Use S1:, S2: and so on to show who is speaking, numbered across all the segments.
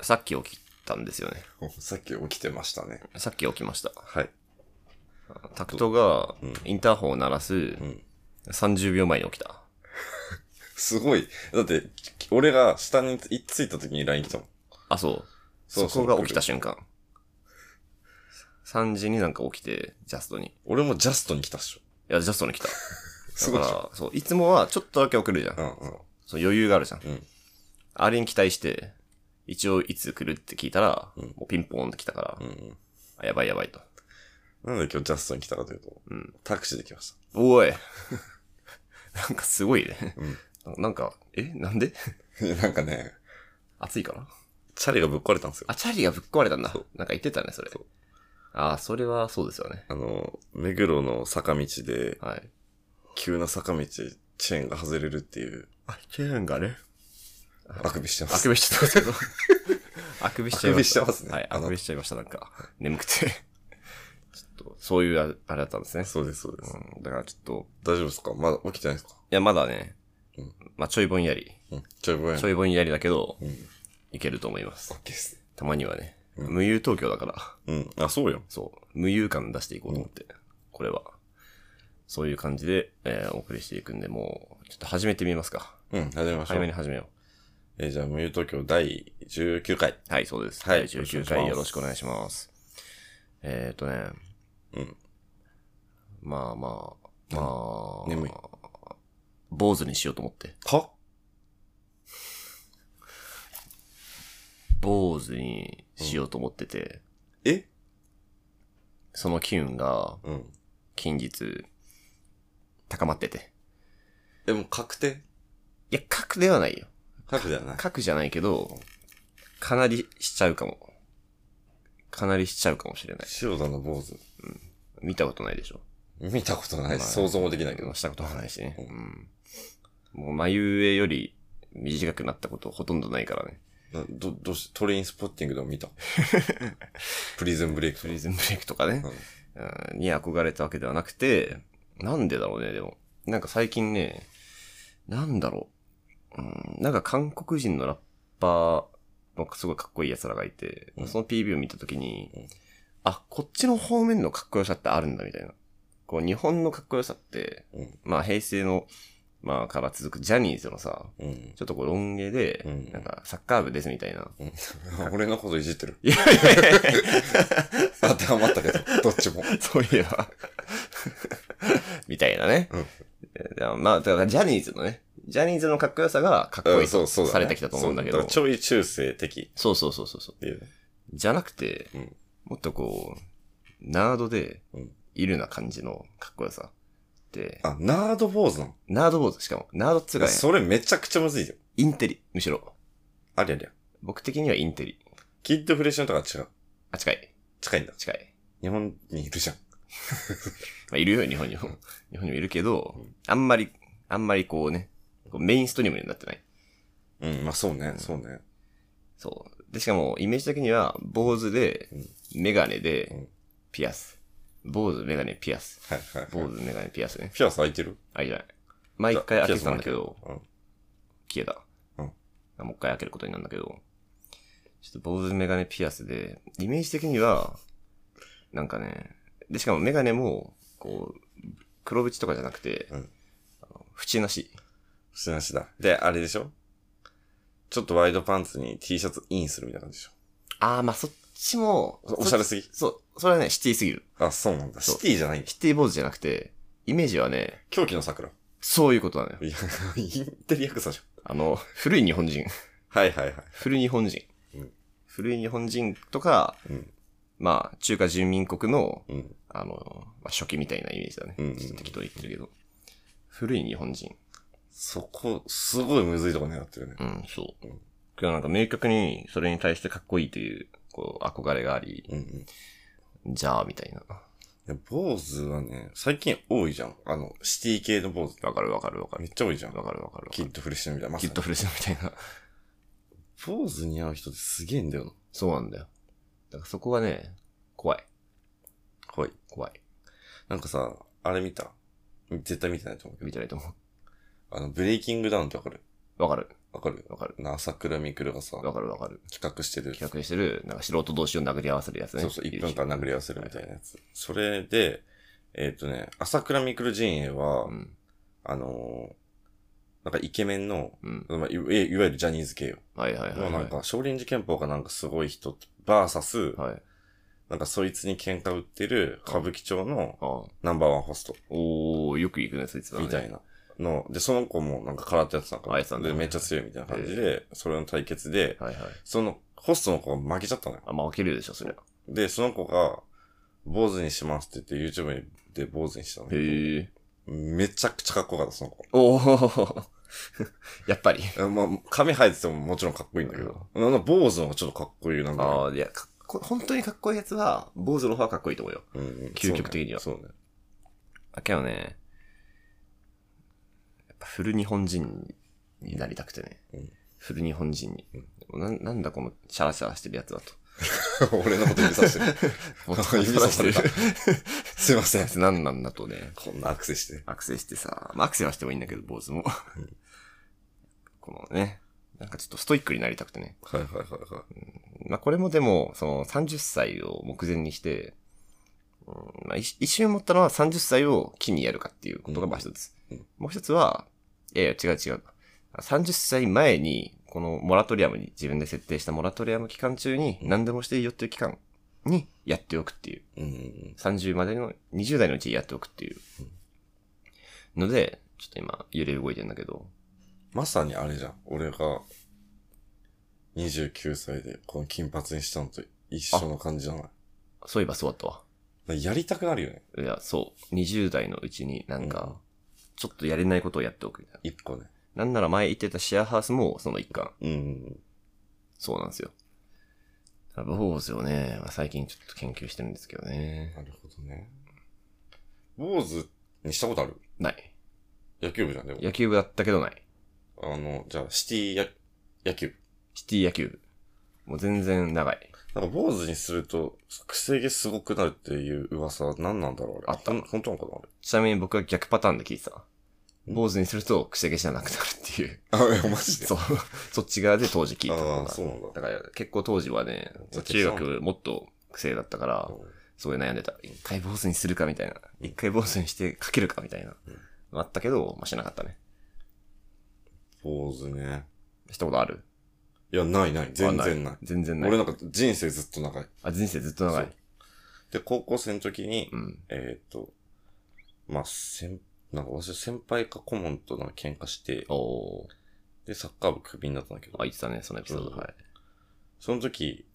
S1: さっき起きたんですよね。
S2: さっき起きてましたね。
S1: さっき起きました。
S2: はい。
S1: タクトが
S2: うん
S1: インターホンを鳴らす
S2: ん
S1: 30秒前に起きた。
S2: すごい。だって、俺が下に着いた時に LINE 来たもん。
S1: あ、そう。
S2: そ
S1: そう
S2: そう
S1: こが起きた瞬間。3時になんか起きて、ジャストに。い
S2: 俺もジャストに来たっしょ。
S1: や、ジャストに来た。
S2: すご
S1: だ
S2: いっ
S1: か
S2: しょ。
S1: ら、そう、いつもはちょっとだけ遅れるじゃん。
S2: うんうん。
S1: そう余裕があるじゃん。
S2: うん
S1: あれに期待して、一応いつ来るって聞いたら、
S2: うん
S1: もうピンポーンって来たから、
S2: うんうん。
S1: あやばいやばいと。
S2: なんで今日ジャストに来たかというと、
S1: うん
S2: タクシーで来まし
S1: おい なんかすごいね。
S2: うん
S1: なんか、えなんで
S2: た。い やなんかね、
S1: 暑いかな
S2: チャリがぶっ壊れたんですよ。
S1: あ、チャリがぶっ壊れたんだ
S2: そう。
S1: なんか言ってたね、それ
S2: そう。
S1: ああ、それはそうですよね。
S2: あの、目黒の坂道で、
S1: はい。
S2: 急な坂道でチェーンが外れるっていう、
S1: あ、チェーンがね。
S2: あくびしてま
S1: あ
S2: す
S1: く。びしちゃったん ですけど。あくびしちゃいました。
S2: あくびしてますね
S1: はい、
S2: あ
S1: あ
S2: の
S1: くびしちゃいました、なんか。眠くて。ちょっと、そういうああれだったんですね。
S2: そうです、そうです。
S1: うん、だからちょっと、
S2: 大丈夫ですかまだ起きてないですか
S1: いや、まだね、
S2: うん
S1: まあ、ちょいぼんやり。
S2: うん。ちょいぼやん。
S1: ちょいぼんやりだけど、
S2: うん。
S1: いけると思います。
S2: オッケーです。
S1: たまにはね、
S2: うん
S1: 無憂東京だから、
S2: うん。あ、そうよ。
S1: そう、無憂感出していこうと思って、これは。そういう感じで、えーお送りしていくんで、もう、ちょっと始めてみますか。
S2: うん。始めましょ
S1: 早め
S2: う
S1: に。始めよ
S2: えーじゃあ、無友東京第19回。
S1: う。はい、そうです。
S2: はい
S1: 第19回
S2: よ
S1: よ
S2: ろ
S1: ろ
S2: し
S1: し
S2: く
S1: く
S2: お
S1: お
S2: 願
S1: 願
S2: い
S1: い
S2: し
S1: します。えっ、ー、とね、
S2: うん。
S1: まあまあ、まあ、
S2: 眠い。
S1: 坊主にしようと思って。
S2: は
S1: 坊主にしようと思ってて、
S2: え
S1: その機運が、
S2: うん。
S1: 近日、高まってて。
S2: え、もう確定
S1: いや、核ではないよ。
S2: 確定だな。
S1: 核じゃないけど、かなりしちゃうかも。かなりしちゃうかもしれない。
S2: 塩田の坊主。
S1: 見たことないでしょ。
S2: 見たことないし、
S1: まあ
S2: 想像もできないけど
S1: し。たこともないしね。
S2: う
S1: うん。もう眉上より短くなったことほとんどないからね。
S2: など、どうし、トレインスポッティングでも 見たプリズンブレイク
S1: プ。リズムブレイクとかね、うんに憧れたわけではなくて、なんでだろうね、でも。なんか最近ね、なんだろう。うん、なんか韓国人のラッパーのすごいかっこいい奴らがいて、
S2: うん
S1: その PV を見たときに、
S2: うん
S1: あ、こっちの方面のかっこよさってあるんだ、みたいな。こう、日本のかっこよさって、
S2: うん。
S1: まあ平成の、まあから続くジャニーズのさ、
S2: うん。
S1: ちょっとこうロン毛で、
S2: うん
S1: なんかサッカー部ですみた いな。
S2: うん、俺のこといじってる。
S1: いやいやいや
S2: 当てはま ったけど、どっちも。
S1: そういえば。みたいなね。
S2: うん
S1: いやまあ、だからジャニーズのね。ジャニーズのかっこよさがかっこいいと
S2: ね
S1: されてきたと思うんだけど。
S2: からちょい中世的
S1: そうそうそうそうそう。
S2: っていうね。
S1: じゃなくて、
S2: うん
S1: もっとこう、ナードで
S2: うん、
S1: いるな感じのかっこよさ。で、
S2: あ、ナード坊主なの
S1: ナード坊主しかも。ナードっつう
S2: い
S1: か
S2: や
S1: ね、
S2: それめちゃくちゃむずいよ。
S1: インテリ。むしろ。
S2: ありゃりゃ。
S1: 僕的にはインテリ。
S2: キッドフレッシュのとかは違う。
S1: あ、近い。
S2: 近いんだ。
S1: 近い。
S2: 日本にいるじゃん。
S1: まあ、いるよ、日本にも。日本にもいるけど、あんまり、あんまりこうね、こうメインストリームになってない。
S2: うん、まあそうね、そうね。
S1: そう。で、しかも、イメージ的には、坊主で
S2: うん、
S1: メガネ
S2: う
S1: で
S2: ん、
S1: ピアス。坊主、メガネ、ピアス。
S2: はいはい、はい。
S1: 坊主、メガネ、ピアスね。
S2: ピアス開いてる
S1: あ、いいじゃない。毎回開けてたんだけど、
S2: うん。
S1: 消えた。
S2: うん
S1: あもう一回開けることになるんだけど、ちょっと坊主、メガネ、ピアスで、イメージ的には、なんかね、で、しかもメガネも、こう、黒縁とかじゃなくて、
S2: うん
S1: あの縁なし。
S2: しなしだ。で、あれでしょちょっとワイドパンツに T シャツインするみたいな感じでしょ
S1: あー、まあ、そっちも、
S2: おしゃれすぎ
S1: そそう、それはね、シティすぎる。
S2: あ、そうなんだ。
S1: そう
S2: シティじゃないんだ。
S1: シティ坊主じゃなくて、イメージはね、
S2: 狂気の桜。
S1: そういうことなのよ。
S2: いや、インテリヤクザじゃん。
S1: あの、古い日本人。
S2: はいはいはい。
S1: 古い日本人。
S2: うん
S1: 古い日本人とか、
S2: うん。
S1: まあ、中華人民国の、
S2: うん。
S1: あの、まあ、初期みたいなイメージだね。
S2: うんうんうん
S1: ちょっと適当に言ってるけど。古い日本人。
S2: そこ、すごいむずいとこ狙ってるね。
S1: うん、そう
S2: うん。
S1: 今日なんか明確にそれに対してかっこいいという、こう、憧れがあり、
S2: うんうん。い
S1: じゃあ、みたいな。
S2: や、坊主はね、最近多いじゃん。あの、シティ系の坊主。
S1: わかるわかるわか
S2: め
S1: る
S2: っ。ちゃ多いじゃん。
S1: わかるわかる。
S2: キッドフレッシュみたいな。ま
S1: き
S2: さ
S1: っ
S2: に
S1: と。古いみたいな。
S2: 坊主似合う人ってすげえんだよな。
S1: そうなんだよ。だからそこがね、怖い。
S2: はい。
S1: 怖い。
S2: なんかさ、あれ見た絶対見てないと思うけど。
S1: 見てないと思
S2: あの、ブレイキングダウンってわかる
S1: う。わかる。
S2: わかる
S1: わかる。
S2: な、朝倉未来がさ、
S1: わかるわかる。
S2: 企画してる。
S1: 企画してる、なんか素人同士を殴り合わせるやつね。
S2: そうそう、1分間殴り合わせるみたいなやつ。それで、えっ、とね、朝倉未来陣営は、
S1: うん。
S2: あのーなんかイケメンの、
S1: うん。
S2: まあ、いいわゆるジャニーズ系よ。
S1: はいはいはい、
S2: も
S1: は
S2: う
S1: い。
S2: なんか、少林寺拳法がなんかすごい人、バーサス、
S1: はい。
S2: なんかそいつに喧嘩売ってる歌舞伎町の
S1: ああ
S2: ナンバーワンホスト、
S1: おー、よく行くね、そいつは、ね。
S2: みたいなの。で、その子もなんか空手やってたの
S1: あ
S2: か
S1: やってたんだ
S2: で、めっちゃ強いみたいな感じで、それの対決で、
S1: はいはい。
S2: そのホストの子が負けちゃったのよ。
S1: あ、まあ、負けるでしょ、そりゃ。
S2: で、その子が、坊主にしますって言って YouTube で坊主にしたの。
S1: へえ。
S2: めちゃくちゃかっこよかった、その子。
S1: おー。 やっぱり。
S2: えまあ、髪生えててももちろんかっこいいんだけど、あの坊主の方がちょっとかっこいいな、みたいな。
S1: ああ、いや、かっこ、本当にかっこいいやつは、坊主の方がかっこいいと思うよ。
S2: うんうん
S1: 究極的には
S2: そうね。
S1: だけどね、やっぱフル日本人になりたくてね。
S2: うん
S1: フル日本人に。ななんだこのシャラシャラしてるやつはと。
S2: そうね俺のこと指さしてる。
S1: もっと
S2: 指さされた すいません
S1: や。つ何なんだとね、
S2: こんなアクセして。
S1: アクセしてさ、まあアクセはしてもいいんだけど、坊主も。このね、なんかちょっとストイックになりたくてね。
S2: はいはいはいはい。
S1: まあこれもでも、その30歳を目前にして、うんまあ、一一瞬思ったのは30歳を機にやるかっていうことがまあ一つ。
S2: うんうん
S1: もう一つは、いやいや違う違う。30歳前に、このモラトリアムに、自分で設定したモラトリアム期間中に
S2: うん
S1: 何でもしていいよっていう期間にやっておくっていう。
S2: うんうん
S1: 30までの、20代のうちにやっておくっていう。ので、ちょっと今揺れ動いてんだけど、
S2: まさにあれじゃん。俺が29歳でこの金髪にしたのと一緒の感じじゃない
S1: そういえばそうだったわ。
S2: やりたくなるよね。
S1: いや、そう。20代のうちになん
S2: うん
S1: か、ちょっとやれないことをやっておくみたいな。
S2: 一個ね。
S1: なんなら前言ってたシェアハウスもその一環。
S2: うんうん
S1: そうなんですよ。坊主をね、まあ、最近ちょっと研究してるんですけど
S2: うん。
S1: ね。
S2: なるほどね。坊主にしたことある
S1: ない。
S2: 野球部じゃん、でも。
S1: 野球部だったけどない。
S2: あの、じゃあ、シティや野球部。
S1: シティ野球部。もう全然長い。
S2: なんか坊主にすると、癖毛すごくなるっていう噂は何なんだろうあれ。
S1: あった
S2: ほん本当なのか
S1: ちなみに僕は逆パターンで聞いてた。
S2: うん
S1: 坊主にすると癖毛じゃなくなるっていう。
S2: なあ れ。あ、いや、マジで。
S1: そう。そっち側で当時聞いた
S2: あ
S1: こ
S2: あ、
S1: と
S2: そうなんだ。
S1: が。だから結構当時はね、中学もっと癖だったから、すごい悩んでた。一回坊主にするかみたいな。
S2: うん
S1: 一回坊主にしてかけるかみたいな
S2: うん。
S1: あったけど、まあ、しなかったね。
S2: 坊主ね。
S1: したことある
S2: いや、ないない。全然ない。
S1: 全然ない。
S2: 俺なんか人生ずっと長い。
S1: あ、人生ずっと長い
S2: そう。で、高校生の時に、
S1: うん。
S2: えーっ、と、まあ、先、なんか私先輩か顧問となんか喧嘩して、
S1: おー。
S2: で、サッカー部クビになったんだけど
S1: あ、、言ってたね、そのエピソード。
S2: うん
S1: はい。
S2: その時、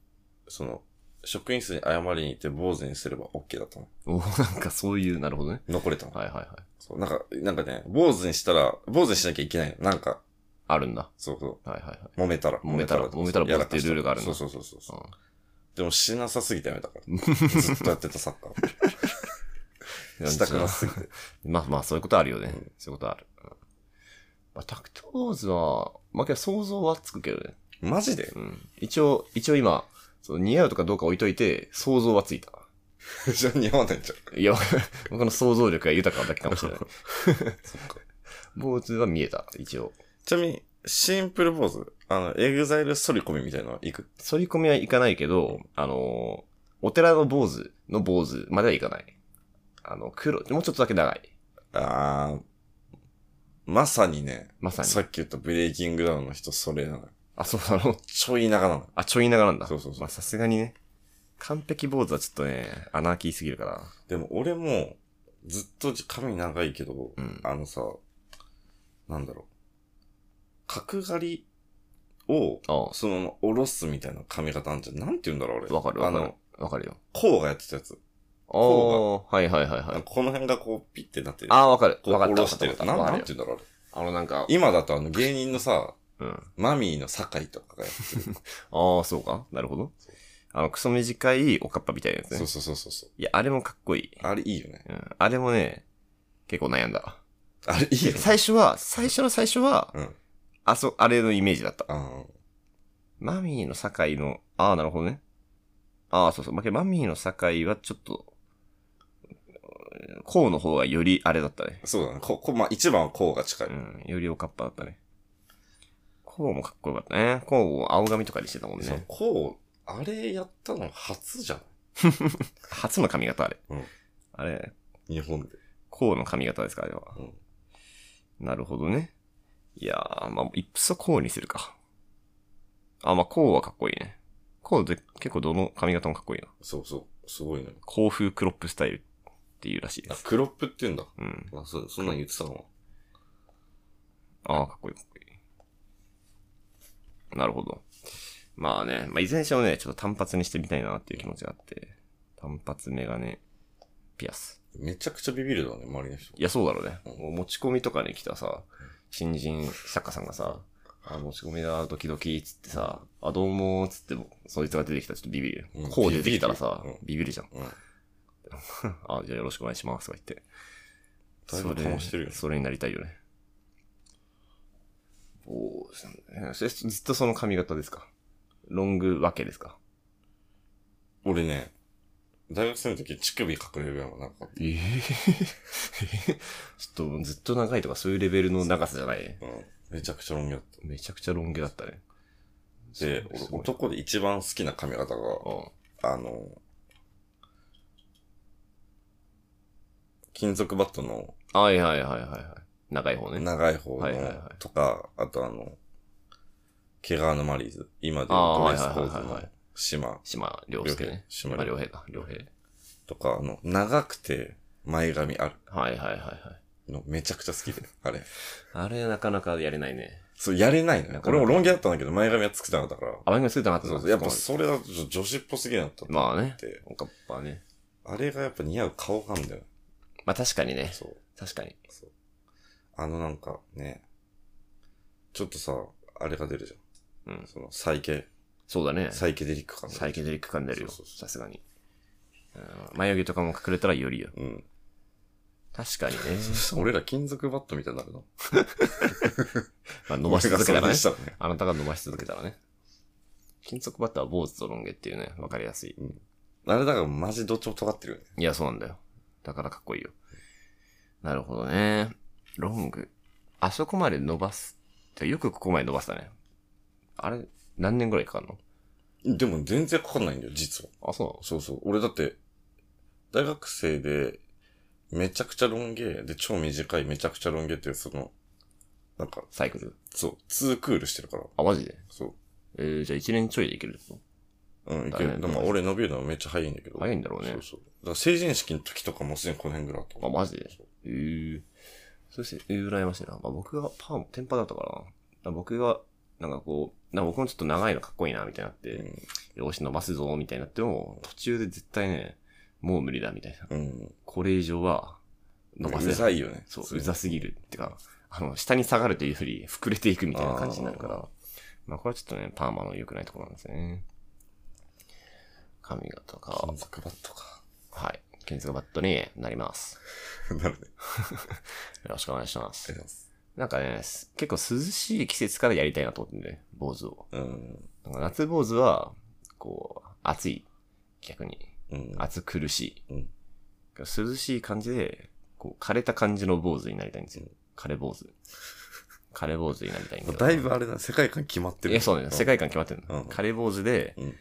S2: その、職員室に謝りに行って坊主にすれば OK だったの。
S1: おー、なんかそういう、なるほどね。
S2: 残れたの。
S1: はいはいはい。
S2: そう、なんか、なんかね、坊主にしたら、坊主にしなきゃいけないの。なんか、
S1: あるんだ。
S2: そうそ
S1: はいはいはい。
S2: う、揉めたら、
S1: 揉めたら
S2: とか
S1: 揉めたら坊主っていう
S2: やらかした
S1: ルールがある
S2: そ
S1: の
S2: うそうそうそうそう。
S1: うん
S2: でもしなさすぎてやめたから。ずっとやってたサッカー。したくなすぎて。
S1: まあまあ、そういうことあるよね
S2: うん。
S1: そういうことある。うんまあ、タクトーズは、まあけど想像はつくけどね。
S2: マジで
S1: うん。一応、一応今、その似合うとかどうか置いといて、想像はついた。
S2: じゃあ似合わないんじゃん。
S1: いや、 僕の想像力が豊かだけかもしれない。
S2: そっか。
S1: 坊主は見えた、一応。
S2: ちなみに、シンプル坊主、あの、エグザイル反り込みみたいなのはいく
S1: 反り込みはいかないけど、あのー、お寺の坊主の坊主まではいかない。あの、黒、もうちょっとだけ長い。
S2: あー、まさにね、
S1: まさに。
S2: さっき言ったブレイキングダウンの人、それなのよ。
S1: あ、そうなの。
S2: ちょい長なの。
S1: あ、ちょい長なんだ。
S2: そうそうそう
S1: まあ、さすがにね。完璧坊主はちょっとね、アナーキーすぎるから。
S2: でも俺も、ずっと髪長いけど、
S1: うん
S2: あのさ、なんだろう。角刈りを、
S1: あ
S2: そのまま下ろすみたいな髪型あんじゃん。なんて言うんだろう、俺。
S1: わかるわか
S2: あ
S1: る
S2: の、。
S1: わかるよ。
S2: こうがやってたやつ。
S1: あ
S2: こ
S1: あ、はいはいはい
S2: な
S1: は
S2: ん
S1: い
S2: か。この辺がこう、ピッてなってる。
S1: ああ、わかる。
S2: こう、
S1: わかっ
S2: 下
S1: た。
S2: ろ
S1: わか
S2: し
S1: った
S2: てる
S1: わ
S2: やつ。
S1: かった。
S2: なん
S1: わ
S2: なん
S1: か
S2: て
S1: るよ。
S2: 言うんだろう、あれ。
S1: あの、なんか、
S2: 今だとあの芸人のさ、
S1: うん。
S2: マミーの酒井とかがやってる。
S1: ああ、そうか。なるほど。あの、クソ短いおかっぱみたいなやつ
S2: そ
S1: ね
S2: う。そうそうそうそう。
S1: いや、あれもかっこいい。
S2: あれいいよね。
S1: うん。あれもね、結構悩んだ。
S2: あれいいよね。
S1: 最初は、最初の最初は、
S2: うん。
S1: あそ、あれのイメージだった。
S2: あ
S1: マミーの酒井の、ああ、なるほどね。ああ、そうそう。まあけどマミーの酒井はちょっと、こうの方がよりあれだったね。
S2: ーそうだね。こ、こ、まあ、一番はこうが近い。
S1: うん。よりおかっぱだったね。こうもかっこよかったね。こうを青髪とかにしてたもん
S2: そう
S1: ね。
S2: こう、あれやったの初じゃん。
S1: 初の髪型あれ。
S2: うん
S1: あれ、
S2: 日本で。
S1: こうの髪型ですか、あれは。
S2: うん
S1: なるほどね。いやー、まあ、いっそこうにするか。あ、まあ、こうはかっこいいね。こうで結構どの髪型もかっこいいな。
S2: そうそう。すごいね。
S1: 甲風クロップスタイルっていうらしいで
S2: あ、
S1: す。
S2: クロップって言うんだ。
S1: うん。
S2: あ、そう、そんなん言ってたの
S1: ああ、かっこいいかっこいい。なるほど。まあね、まあ、いずれにしろね、ちょっと単発にしてみたいなっていう気持ちがあって。単発メガネ、ピアス。
S2: めちゃくちゃビビるだね、周りの人。
S1: いや、そうだろうね。もう持ち込みとかに来たさ、新人作家さんがさ、あ、持ち込みだ、ドキドキ、つってさ、あ、どうもー、つって、そいつが出てきたらちょっとビビる
S2: う
S1: よ。
S2: ん
S1: こう出てきたらさ
S2: ビビる、
S1: ビビるじゃん。
S2: うん。
S1: あ、じゃあよろしくお願いします、とか言って。
S2: だいぶかましてるよね
S1: それそれになりたいよね。おーそうねそれずっとその髪型ですかロングわけですか
S2: 俺ね、大学生の時乳首隠れるやん、なんか。
S1: ええ ちょっとずっと長いとかそういうレベルの長さじゃない。
S2: うん。めちゃくちゃロン毛だっ
S1: めちゃくちゃロン毛だったね。
S2: た。で、
S1: す
S2: 俺
S1: ごい
S2: 男で一番好きな髪型が、
S1: うん
S2: あの、金属バットの
S1: はいはいはいはいはい。長い方ね。
S2: 長い方
S1: はいはいはい
S2: のとか、あとあの、毛皮のマリーズ、今でいう
S1: あー
S2: ドレスコー
S1: はい
S2: ズ
S1: はいはいは
S2: の
S1: い
S2: 島
S1: 島良介ね。
S2: 島
S1: 島
S2: 良
S1: 良平か。良平。
S2: とか、あの、長くて前髪ある
S1: はいはいはいはい。
S2: のめちゃくちゃ好きで、あれ。
S1: あれなかなかやれないね。
S2: そう、やれないの
S1: な
S2: よ。
S1: かな
S2: 俺
S1: か
S2: もロン毛だったんだけど、前髪は作ってなかったから。
S1: あまりがついてなかった
S2: そ
S1: な
S2: うそうやっぱ
S1: そ
S2: それだとちょっと女子っぽすぎるなと
S1: こまでまあね
S2: っ。て、
S1: おかっぱね。
S2: あれがやっぱ似合う顔なんだよ。
S1: まあ確かにね。
S2: そう。
S1: 確かに。
S2: そう。あのなんかね、ちょっとさ、あれが出るじゃん。
S1: うん
S2: その、サイケ、
S1: そうだね。
S2: サイケデリック感が
S1: サイケデリック感出るよ。
S2: そうそうそ
S1: さすがに。うん眉毛とかも隠れたらよりよ。
S2: うん。
S1: 確 かにね。
S2: 俺ら金属バットみたいになるの。
S1: まあ伸ばし続けたら
S2: 俺が
S1: ね
S2: そ。れでしたね。
S1: あなたが伸ばし続けたらね。金属バッターは坊主とロン毛っていうね、わかりやすい。
S2: あれだからマジどっちも尖ってるよね。
S1: いや、そうなんだよ。だからかっこいいよ。なるほどね。ロング。あそこまで伸ばす。てかよくここまで伸ばしたね。あれ、何年ぐらいかかるの
S2: でも全然かかんないんだよ、実は。
S1: あ、そ
S2: そうそう。俺だって、大学生で、めちゃくちゃロン毛で超短いめちゃくちゃロン毛っていうその、なんか、
S1: うサイクル。
S2: そう、ツークールしてるから。
S1: あ、マジで
S2: そ
S1: えー、じゃあ1年ちょいでいけるの
S2: う。うん、い
S1: だ
S2: け
S1: ね
S2: る。でも俺伸びるのはめっちゃ早いんだけど。
S1: 早いんだろうね
S2: そうそう。だから成人式の時とかもうすでにこの辺ぐらいだった
S1: あ、マジで
S2: そう
S1: えー。そして、えー、羨ましいな。まあ、僕がパーも、テンパだったからな。だから僕が、なんかこう、なんか僕もちょっと長いのかっこいいな、みたいになっ
S2: う
S1: て、
S2: ん
S1: よし、伸ばすぞ、みたいになっても、途中で絶対ね、もう無理だ、みたいな。
S2: うん。
S1: これ以上は、伸ばせ
S2: う
S1: ない
S2: ざ。いよね。
S1: そう、うざすぎる。ってか、あの、下に下がるというより、膨れていくみたいな感じになるか
S2: あ
S1: ら。まあ、これはちょっとね、パーマの良くないところなんですね。髪型か
S2: 金。属バットか。
S1: はい。金属バットになります。
S2: なるね。
S1: よろしくお願いしま
S2: あ
S1: す
S2: りがとうご。ざいます。
S1: なんかね、す結構涼しい季節からやりたいなと思ってんだよね、坊主を。
S2: うん。
S1: なんか夏坊主は、こう、暑い。逆に。
S2: うん。
S1: 暑苦しい。
S2: うん
S1: 涼しい感じで、こう、枯れた感じの坊主になりたいんですよ。枯れ坊主。枯れ坊主になりたいんだけ
S2: もう
S1: ど
S2: だいぶあれだ、世界観決まってる。
S1: え、そうね。世界観決まってる
S2: うん
S1: の。枯れ坊主で
S2: うん、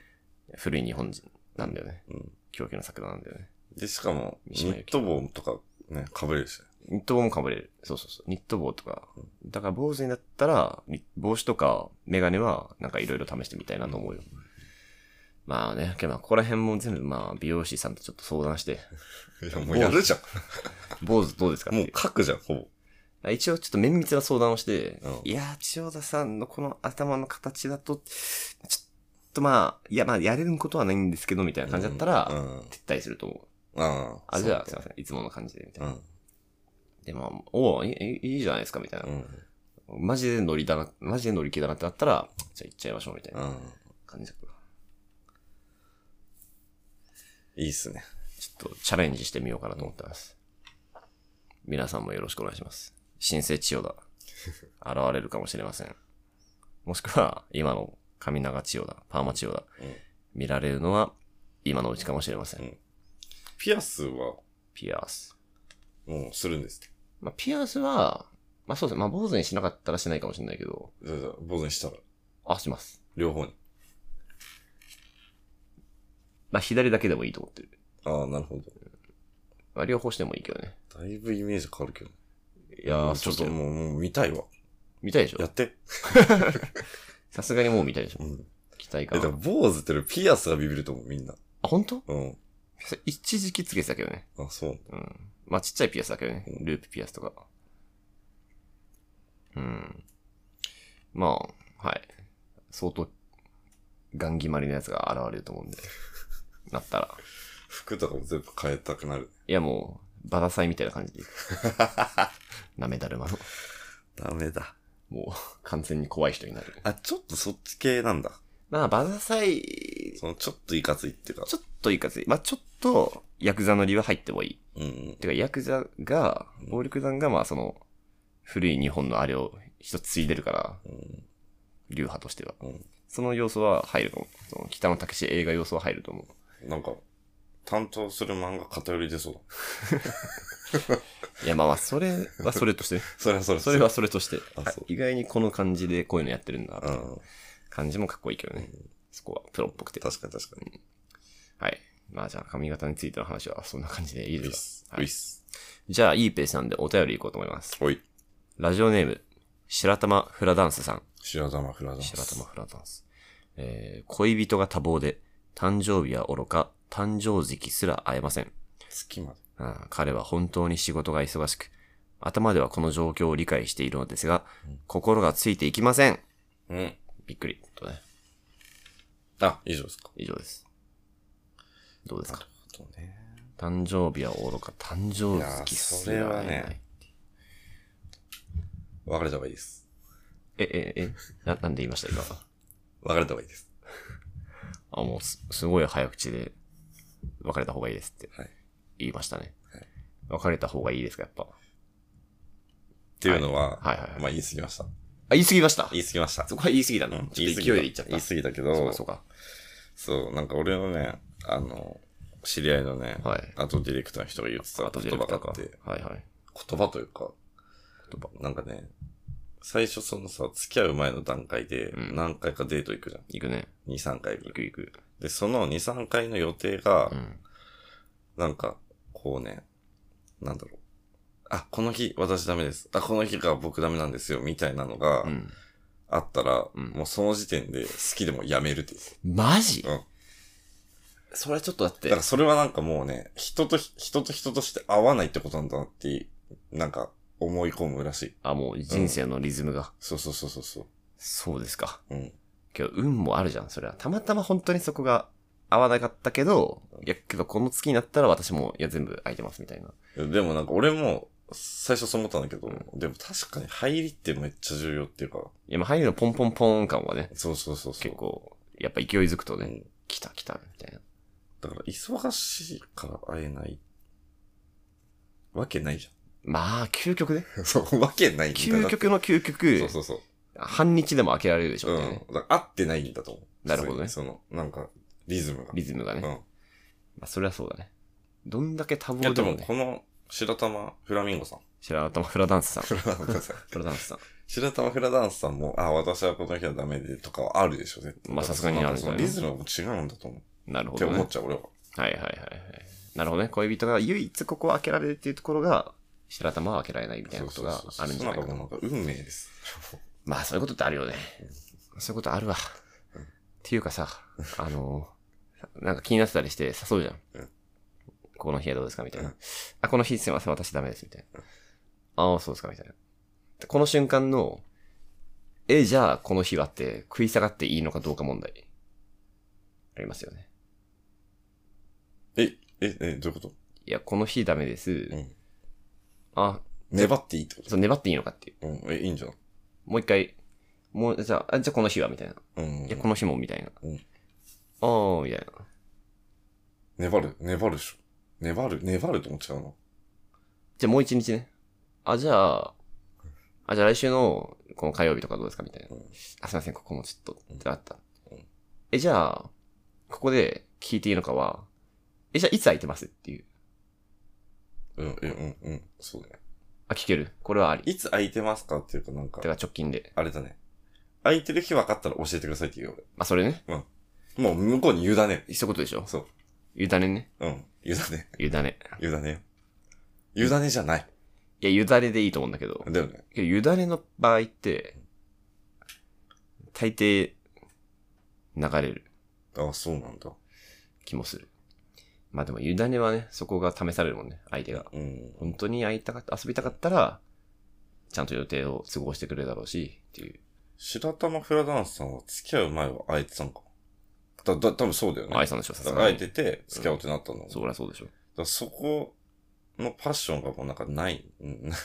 S1: 古い日本人なんだよね。
S2: うん。
S1: 狂気の桜なんだよね。
S2: で、しかも、
S1: 三
S2: ニ
S1: 島由
S2: ッ
S1: 紀夫
S2: ト帽とかね、被れるしね。
S1: ニット帽も被れる。そうそうそう。ニット帽とか。だから坊主になったら、に帽子とかメガネはなんかいろいろ試してみたいなと思うよ。まあね、けどまあここら辺も全部まあ美容師さんとちょっと相談 して、
S2: いや、もうやるじゃん。
S1: 坊主どうですかって
S2: も
S1: いう
S2: 書くじゃん、ほぼ。
S1: う。一応ちょっと綿密な相談をして、
S2: うん
S1: いやー、千代田さんのこの頭の形だと、ちょっとまあ、いやまあやれることはないんですけどみたいな感じだったら、
S2: うん。
S1: 撤退すると思う。
S2: ああ。
S1: あ、じゃあすい
S2: そう
S1: ません、いつもの感じでみたいな。
S2: か
S1: で、まあ、おーいいいいじゃないですかみたいな
S2: う。ん。うん。
S1: マジで乗りだな、マジで乗り気だなってなったら、じゃあ行っちゃいましょうみたいな
S2: うん。
S1: 感じだから。
S2: いいっすね。
S1: ちょっとチャレンジしてみようかなと思ってます。皆さんもよろしくお願いします。新生千代田。 現れるかもしれません。もしくは、今の神長千代田、パーマ千代田。
S2: うん
S1: 見られるのは、今のうちかもしれません。
S2: うんピアスは、
S1: ピアス。
S2: もうするんですって。
S1: まあ、ピアスは、まあそうですね。まあ坊主にしなかったらしないかもしれないけど、
S2: じゃあじゃあ坊主にしたら、
S1: あ、します。
S2: 両方に。
S1: まあ左だけでもいいと思ってる。
S2: ああ、なるほ
S1: まあ両方してもいいけどね。
S2: ど。だいぶイメージ変わるけど。
S1: いやー、
S2: ちょっ
S1: そ
S2: と
S1: うだよ
S2: もう、もう見たいわ。
S1: 見たいでし
S2: や
S1: ょ
S2: って。
S1: さすがにもう見たいでしょ
S2: うん。
S1: 期待
S2: え、でも
S1: 感。
S2: 坊主ってねピアスがビビると思う、みんな。
S1: あ、本当？
S2: うん。
S1: それ一時期つけてたけどね。
S2: あ、そう。
S1: うん。まあちっちゃいピアスだけどね
S2: う。ん
S1: ループピアスとか。うん。まあ、はい。相当、ガン決まりのやつが現れると思うんで。なったら。
S2: 服とかも全部変えたくなる。
S1: いやもう、バラサイみたいな感じ でいく。なめだるまの。
S2: ダメだ。
S1: もう、完全に怖い人になる。
S2: あ、ちょっとそっち系なんだ。
S1: まあ、バラサイ、
S2: その、ちょっといかついっていうか。
S1: ちょっといいかつい。まあ、ちょっと、ヤクザのりは入ってもいい。
S2: うんうん。
S1: てか、ヤクザが
S2: う、ん
S1: 暴力団が、まあ、その、古い日本のあれを一つ継いでるから、
S2: うん。
S1: 流派としては。
S2: うん
S1: その要素は入ると思う。その北野武史映画要素は入ると思う。
S2: なんか、担当する漫画偏り出そうだ。
S1: いや、まあまあ、それはそれとしてね。
S2: それはそれ
S1: それは。それとして。
S2: あそう
S1: 意外にこの感じでこういうのやってるんだ。
S2: うん。
S1: 感じもかっこいいけどね。そこはプロっぽくて。
S2: 確かに確かに。
S1: はい。まあじゃあ髪型についての話はそんな感じでいい
S2: ウィ
S1: です
S2: ス。
S1: は
S2: ウ
S1: い
S2: ィス。
S1: かじゃあいいペースなんでお便りいこうと思います。
S2: おい。
S1: ラジオネーム、白玉フラダンスさん。
S2: 白玉フラダンス。
S1: 白玉フラダンス。えー、恋人が多忙で、誕生日は愚か、誕生月すら会えません。
S2: 月まで。
S1: ああ彼は本当に仕事が忙しく、頭ではこの状況を理解しているのですが、心がついていきません。
S2: うん。
S1: びっくり。とね、
S2: あ、以上ですか。
S1: 以上です。どうです
S2: なる
S1: か
S2: ほどね。
S1: 誕生日は愚か、誕生月すら会えない
S2: いやーそれはね別れた方がいいです。
S1: え、え、え、な、 なんで言いました今。
S2: 別れた方がいいです。
S1: あ、もうす、すごい早口で、別れた方がいいですって
S2: はい。
S1: 言いましたね。
S2: はい
S1: 別れた方がいいですか、やっぱ。
S2: っていうの
S1: は
S2: は、
S1: いはいはい
S2: まあ言い過ぎました。
S1: あ、言い過ぎました。
S2: 言い過ぎました。
S1: そこは言い過ぎだ
S2: う
S1: な。
S2: ん
S1: ちょっと勢いで言っちゃった。
S2: 言い過ぎたけ
S1: そうか、
S2: ど、
S1: そうか。
S2: そう、なんか俺のね、あの、知り合いのね、
S1: はい
S2: あとディレクターの人が言ってた
S1: あとで
S2: 言葉があって、
S1: はいはい。
S2: 言葉というか、
S1: 言葉。
S2: なんかね、最初そのさ、付き合う前の段階で
S1: う、ん
S2: 何回かデート行くじゃん。
S1: 行くね。
S2: 2、3回ぐら
S1: 行
S2: い。
S1: く行く。
S2: で、その2、3回の予定が
S1: う、ん。
S2: なんか、こうね、なんだろう。あ、この日私ダメです。あ、この日が僕ダメなんですよ。みたいなのが
S1: うん。
S2: あったら、
S1: うん
S2: もうその時点で好きでもやめ るって。
S1: マジ
S2: うん。
S1: それはちょっとだっ
S2: だ
S1: て
S2: から、それはなんかもうね、人とひ、人と人として合わないってことなんだなって、なんか思い込むらしい。
S1: あ、もう人生のリズムが。
S2: そうそうそうそうそ
S1: そうですか。
S2: う。うん。
S1: けど、運もあるじゃん、それは。たまたま本当にそこが合わなかったけど、いや、けどこの月になったら私も、いや、全部空いてますみたいな。
S2: でもなんか俺も、最初そう思ったんだけど、
S1: う
S2: でも確かに入りってめっちゃ重要っていうか、
S1: いや、まあ、入るのポンポンポン感はね、
S2: そうそうそうそう。
S1: 結構、やっぱ勢いづくと
S2: う
S1: ね、
S2: ん。
S1: 来た来た、みたいな。
S2: だから忙しいから会えない。わけないじゃん。
S1: まあ、究 極ね。
S2: そう、わけないんだ
S1: 究極の究
S2: そ
S1: 極
S2: う、そうそう。
S1: 半日でも開けられるでしょ
S2: う
S1: うね、
S2: ん。だから合ってないんだと思う。
S1: なるほどね
S2: 普通にその、なんか、リズムが。
S1: リズムがね。
S2: う
S1: ま
S2: ん。
S1: あ、それはそうだね。どんだけ多
S2: いや、
S1: 忙
S2: で
S1: でも
S2: も、
S1: ね
S2: こ、の、白玉フラミンゴさん。
S1: 白玉フラダンスさん。フ
S2: フラダンスさん。
S1: ラダンスさん。
S2: 白玉フラダンスさんも、あ、私はこの日はダメでとかはあるでしょ、絶対。
S1: まあさすがにあるんじ
S2: そ
S1: ゃ
S2: の
S1: ない
S2: リズムも違うんだと思う。
S1: なるほ
S2: って
S1: ど、ね。
S2: 思っちゃう、俺は。
S1: はいはいはいはい。なるほどね。恋人が唯一ここを開けられるっていうところが、白玉は開けられないみたいなことがあるんじゃないかな。
S2: そうそうそうなんかもうなんか運 命です。
S1: まあそういうことってあるよね。そういうことあるわ。っていうかさ、あの、なんか気になってたりして誘うじゃん
S2: うん。。
S1: この日はどうですかみたいうなんあ、この日すいません、私ダメです、みたいな。ああ、そうですか、みたいな。でこの瞬間の、え、じゃあこの日はって食い下がっていいのかどうか問題。ありますよね。
S2: え、え、え、どういうこと
S1: いや、この日ダメです
S2: うん。
S1: あ、
S2: 粘っていいってこ
S1: そう、粘っていいのかっていう。
S2: とうん、え、いいんじゃん。
S1: もう一回、もう、じゃあ、あじゃあこの日はみたいな。
S2: うん
S1: いや、。この日もみたいな。
S2: うん
S1: あー、みたいな。
S2: 粘る、粘るでしょ。粘る、粘ると思っちゃうの。
S1: じゃあもう一日ね。あ、じゃあ、あ、じゃあ来週の、この火曜日とかどうですかみたいな。
S2: うん
S1: あ、すいません、ここもちょっと、ってなった。
S2: うん
S1: え、じゃあ、ここで聞いていいのかは、え、じゃあいつ空いてますっていう。
S2: うん、え、うん、うん、そうだね。
S1: あ、聞ける。これはあり。
S2: いつ空いてますかっていうかなんか
S1: て、か直近で。
S2: あれだね。空いてる日分かったら教えてくださいって言うよ
S1: まあ、それね。
S2: 俺。もう向こうに委ねる。
S1: そういうことでしょ
S2: そう。
S1: 委ねね。
S2: うん。委ね。
S1: 委ね。
S2: 委ねよ。委ねじゃない。
S1: いや、委ねでいいと思うんだけど。
S2: だよね。
S1: けど、委ねの場合って、大抵、流れる
S2: あ、そうなんだ。
S1: 気もする。まあでも、委ねはね、そこが試されるもんね、相手が。
S2: うん。
S1: 本当に会いたかった、遊びたかったら、ちゃんと予定を都合してくれるだろうし、っていう。
S2: 白玉フラダンスさんは付き合う前は空いてたんか。だ、だ、多分そうだよね。
S1: 愛さんでしょ、さす
S2: だから
S1: が
S2: 空い
S1: に。
S2: てて、付き合おうってなったんだもん。だ
S1: そりゃそうでしょ。
S2: からそこのパッションがもうなんかない。うんない。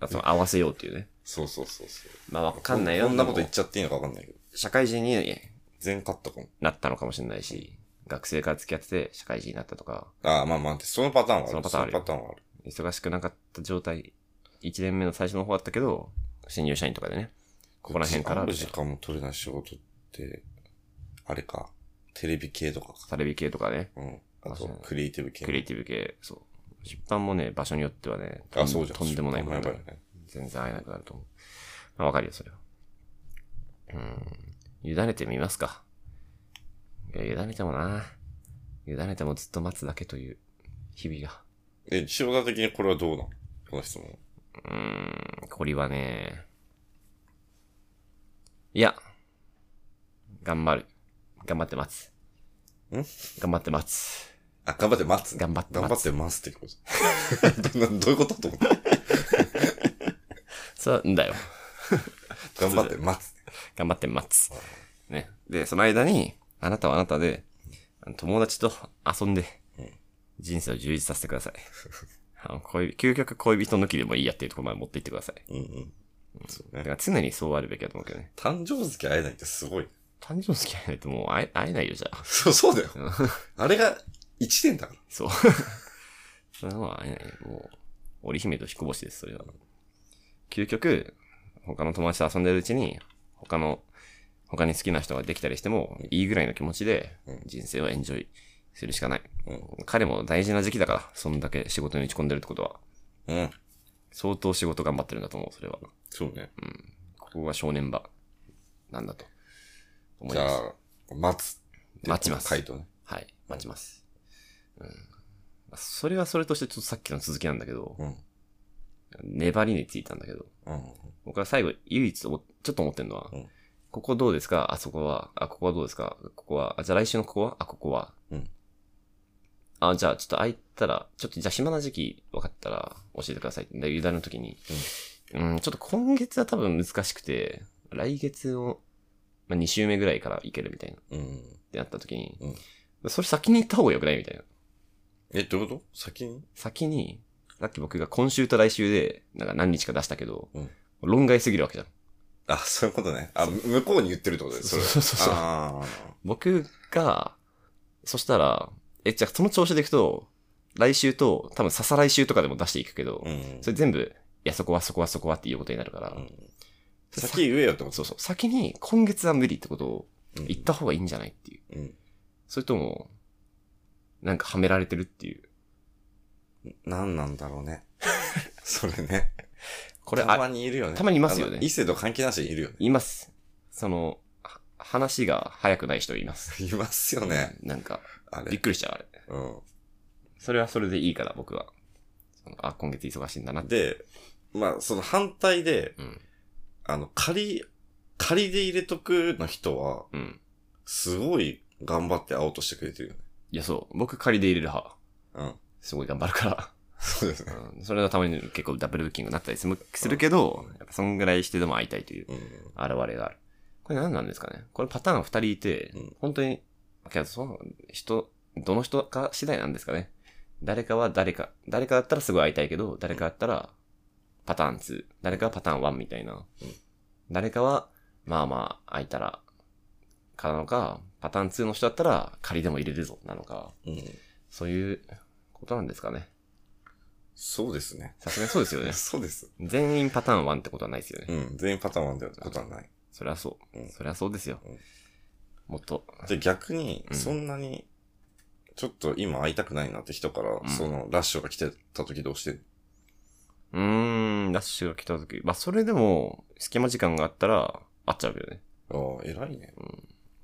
S1: あその合わせようっていうね。
S2: そうそうそうそう。
S1: まあわかんないよ。
S2: こんなこと
S1: で
S2: 言
S1: も
S2: っちゃっていいのかわかんないけど。
S1: 社会人に
S2: 全カットかも。
S1: なったのかもしれないし、学生から付き合ってて社会人になったとか、
S2: ああ、まあまあ、そのパターンはある。
S1: そのパターンあるよ
S2: そのパターンはある。
S1: 忙しくなかった状態、1年目の最初の方だったけど、新入社員とかでね、ここら辺から
S2: 会う時間も取れない仕事って、あれか、テレビ系とかか。
S1: サレビ系とかね、
S2: うん。あ
S1: あそ
S2: と
S1: う、
S2: クリエイティブ系。
S1: クリエイティブ系、そう。出版もね、場所によってはね、と
S2: あ、そうじゃん。
S1: とんでもないこと
S2: や
S1: にな
S2: ば
S1: る
S2: いよね。
S1: 全然会えなくなると思う。まあ、わかるよ、それは。うん。委ねてみますか。いや、委ねてもな。委ねてもずっと待つだけという、日々が。
S2: え、千代田的にこれはどうなのこの質問。
S1: うーん、これはね。いや。頑張る。頑張って待つ。頑張って待つ。
S2: あ、頑張って待つ。
S1: 頑張って
S2: 頑張
S1: 待
S2: っ
S1: つ。
S2: てますってこと。な どういうことと思って。
S1: そう、んだよ。
S2: 頑張って待つ。
S1: 頑張って待つ。ね。で、その間に、あなたはあなたで、あの友達と遊んで
S2: うん、
S1: 人生を充実させてください。 あの恋究極恋人抜きでもいいやっていうところまで持っていってください。
S2: うんうん。そう
S1: だ
S2: ね
S1: か。ら常にそうあるべきだと思うけどね。
S2: 誕生月会えないってすごい。
S1: 誕生日会ないともう会え会えないよ、じゃあ。
S2: そう、そうだよ。あれが一年だから。
S1: そう。 それは会えないよ。もう、織姫と彦星です、それは。究極、他の友達と遊んでるうちに、他の、他に好きな人ができたりしても、いいぐらいの気持ちで
S2: うん、
S1: 人生をエンジョイするしかない。
S2: うん。
S1: 彼も大事な時期だから、そんだけ仕事に打ち込んでるってことは、
S2: うん。
S1: 相当仕事頑張ってるんだと思う、それは。
S2: そうね。
S1: ここが正念場なんだと思い
S2: じゃ
S1: ます。
S2: あ、待つ。
S1: 待ちます
S2: 回答ね。
S1: はい、待ちます。うん。それはそれとして、ちょっとさっきの続きなんだけど、
S2: うん。
S1: 粘りについたんだけど、
S2: うん。
S1: 僕は最後、唯一おちょっと思ってるのは、
S2: うん
S1: ここどうですかあそこは、あ、ここはどうですかここは、あ、じゃあ来週のここはあ、ここは。
S2: うん
S1: あ、じゃあちょっと空いたら、ちょっとじゃあ暇な時期分かったら教えてください。で、油断の時に、うん、ちょっと今月は多分難しくて、来月の、まあ、2週目ぐらいから行けるみたいな、っ
S2: うん。
S1: てなった時に、
S2: うん
S1: それ先に行った方が良くないみたいな。
S2: え、どういうこと先に
S1: 先に、さっき僕が今週と来週で、なんか何日か出したけど、
S2: うん
S1: 論外すぎるわけじゃん。
S2: あ、そういうことね。あ、向こうに言ってるってことです。それは
S1: そうそうそうそう
S2: あ
S1: 僕が、そしたら、え、じゃあその調子でいくと、来週と、多分ささ来週とかでも出していくけど、
S2: ーうん。
S1: それ全部、いや、そこはそこはそこはっていうことになるから、
S2: うん
S1: さ
S2: 先言えよってこと
S1: そうそう、先に今月は無理ってことを
S2: うん
S1: 言った方がいいんじゃないっていう。
S2: うん。
S1: それとも、なんかはめられてるっていう。
S2: 何なんだろうね。 それね。
S1: これ、
S2: たま
S1: あ、
S2: にいるよね。
S1: たまにいますよね
S2: あの異性と関係なしにいるよね。
S1: います。その、は話が早くない人います。
S2: いますよね。
S1: なんか、
S2: あ
S1: びっ
S2: れ。
S1: くりしちゃう、あれ。
S2: う
S1: それはそれでいいから、僕は。そのあ、今月忙しいんだなっ
S2: ん。
S1: て。
S2: で、まあ、その反対で、
S1: うん。
S2: あの、仮、仮で入れとくの人は、
S1: うん。
S2: すごい頑張って会おうとしてくれてるよね。
S1: いや、そう。僕仮で入れる派。
S2: うん。
S1: すごい頑張るから。
S2: そうですね。
S1: うん、それのために結構ダブルブッキングになったりするするけど、やっぱそんぐらいしてでも会いたいという
S2: うん。
S1: 現れがある。これ何なんですかねこれパターン二人いて
S2: うん、
S1: 本当に、けどその人、どの人か次第なんですかね誰かは誰か、誰かだったらすごい会いたいけど、誰かだったらパターン2、誰かはパターン1みたいな
S2: うん。
S1: 誰かは、まあまあ、会いたら、かなのか、パターン2の人だったら仮でも入れるぞ、なのか、
S2: うん。
S1: そういうことなんですかね
S2: そうですね。
S1: さすがにそうですよね。
S2: そうです。
S1: 全員パターン1ってことはないですよね。
S2: うん。全員パターンなんだよってことはない。
S1: そりゃそう。
S2: うん
S1: そりゃそうですよ。
S2: うん
S1: もっと。
S2: で、逆に、
S1: うん
S2: そんなに、ちょっと今会いたくないなって人から、
S1: ん
S2: そのラッシュが来てた時どうしてる
S1: うーん、ラッシュが来た時。まあ、それでも、隙間時間があったら、会っちゃうけどね。
S2: ああ、偉いね。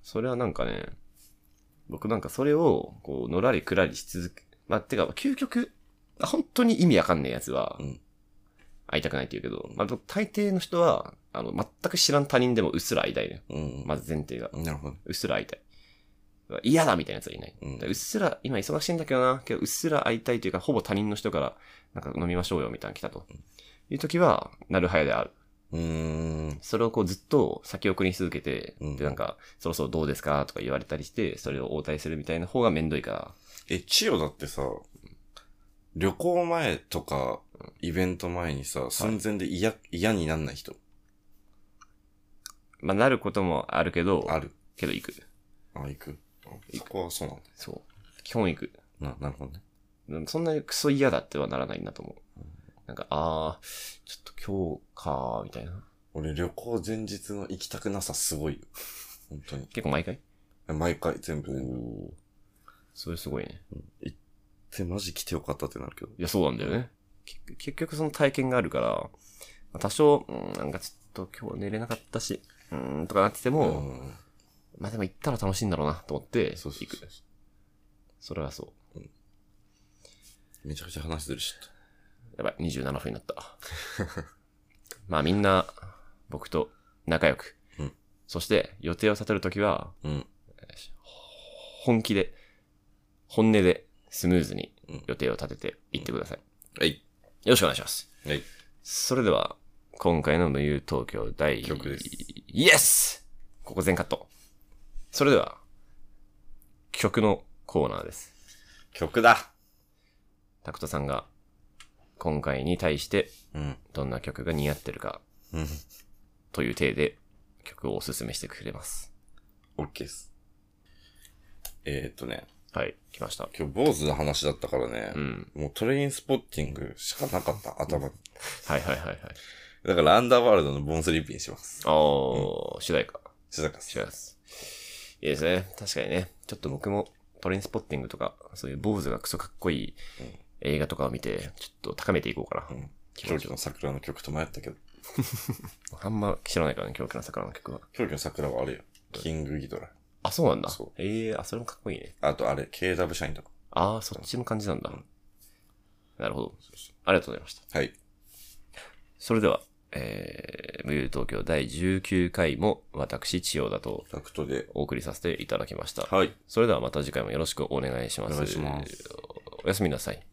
S1: それはなんかね、僕なんかそれを、こう、のらりくらりし続け、まあ、てか、究極、あ本当に意味わかんないやつは
S2: うん、
S1: 会いたくないって言うけど、まあ、大抵の人は、あの、全く知らん他人でもうっすら会いたいね。
S2: うん。
S1: まず前提が。
S2: なるほど。
S1: うっすら会いたい。嫌だみたいなやつはいない。
S2: うん
S1: だからうっすら、今忙しいんだけどな、けどうっすら会いたいというか、ほぼ他人の人から、なんか飲みましょうよみたいなの来たと。いう時は、なるはやである。
S2: うーん。
S1: それをこうずっと先送りし続けて、
S2: うん
S1: でなんか、そろそろどうですかとか言われたりして、それを応対するみたいな方がめんどいから。
S2: え、千代だってさ、旅行前とか、イベント前にさ、寸前で嫌、嫌になんない人、
S1: まあ、なることもあるけど、
S2: ある。
S1: けど行く。
S2: あ、行く。あそこはそうなんだ。
S1: そう。基本行く。
S2: な、なるほどね。
S1: でもそんなにクソ嫌だってはならないんだと思う。なんか、あー、ちょっと今日かー、みたいな。
S2: 俺旅行前日の行きたくなさすごいよ。 本当に。
S1: 結構毎回
S2: 毎回全部、
S1: おそれすごいね。
S2: で、マジ来てよかったってなるけど。
S1: いや、そうなんだよね。結結局その体験があるから、まあ多少、うん、なんかちょっと今日寝れなかったし、うん、とかなってても、
S2: うん。
S1: まあでも行ったら楽しいんだろうなと思って、
S2: そうそう
S1: 行
S2: そ
S1: く
S2: う。。
S1: それはそう。
S2: めちゃくちゃ話ずるし。
S1: やばい、27分になった。 まあみんな、僕と仲良く。
S2: うん
S1: そして、予定を立てるときは、
S2: うん。
S1: 本気で、本音で、スムーズに
S2: うん
S1: 予定を立てていってください。
S2: はい。
S1: よろしくお願いします。
S2: はい。
S1: それでは、今回の無憂東京第
S2: 曲です
S1: イエスここ全カット。それでは、曲のコーナーです。
S2: 曲だ
S1: タクトさんが、今回に対して、
S2: うん。
S1: どんな曲が似合ってるか
S2: うん。
S1: という体で曲をおすすめしてくれます。
S2: OK です。えー、っとね、
S1: はい、来ました。
S2: 今日坊主の話だったからね、
S1: うん。
S2: もうトレインスポッティングしかなかった、頭に。
S1: はいはいはいはい。
S2: だからアンダーワールドのボーンスリーピーにします。
S1: おー、主題歌。
S2: 静かです
S1: 主題歌です。いいですね。確かにね。ちょっと僕もトレインスポッティングとか、そういう坊主がクソかっこいい
S2: うん
S1: 映画とかを見て、ちょっと高めていこうか
S2: う
S1: な。
S2: ん。狂気の桜の曲と迷ったけど、
S1: あんま知らないからね、狂気の桜の曲は。
S2: 狂気の桜はあれよ。キングギドラ。
S1: あ、そうなんだ
S2: そ。
S1: ええー、あ、それもかっこいいね。
S2: あとあれ、KW 社員とか。
S1: あー、そっちの感じなんだ
S2: うん。
S1: なるほど。ありがとうございました。
S2: はい。
S1: それでは、えー、無憂東京第19回も私、千代田と
S2: タクトで。
S1: お送りさせていただきました。
S2: はい。
S1: それではまた次回もよろしくお願いします。
S2: お願いします。
S1: おやすみなさい。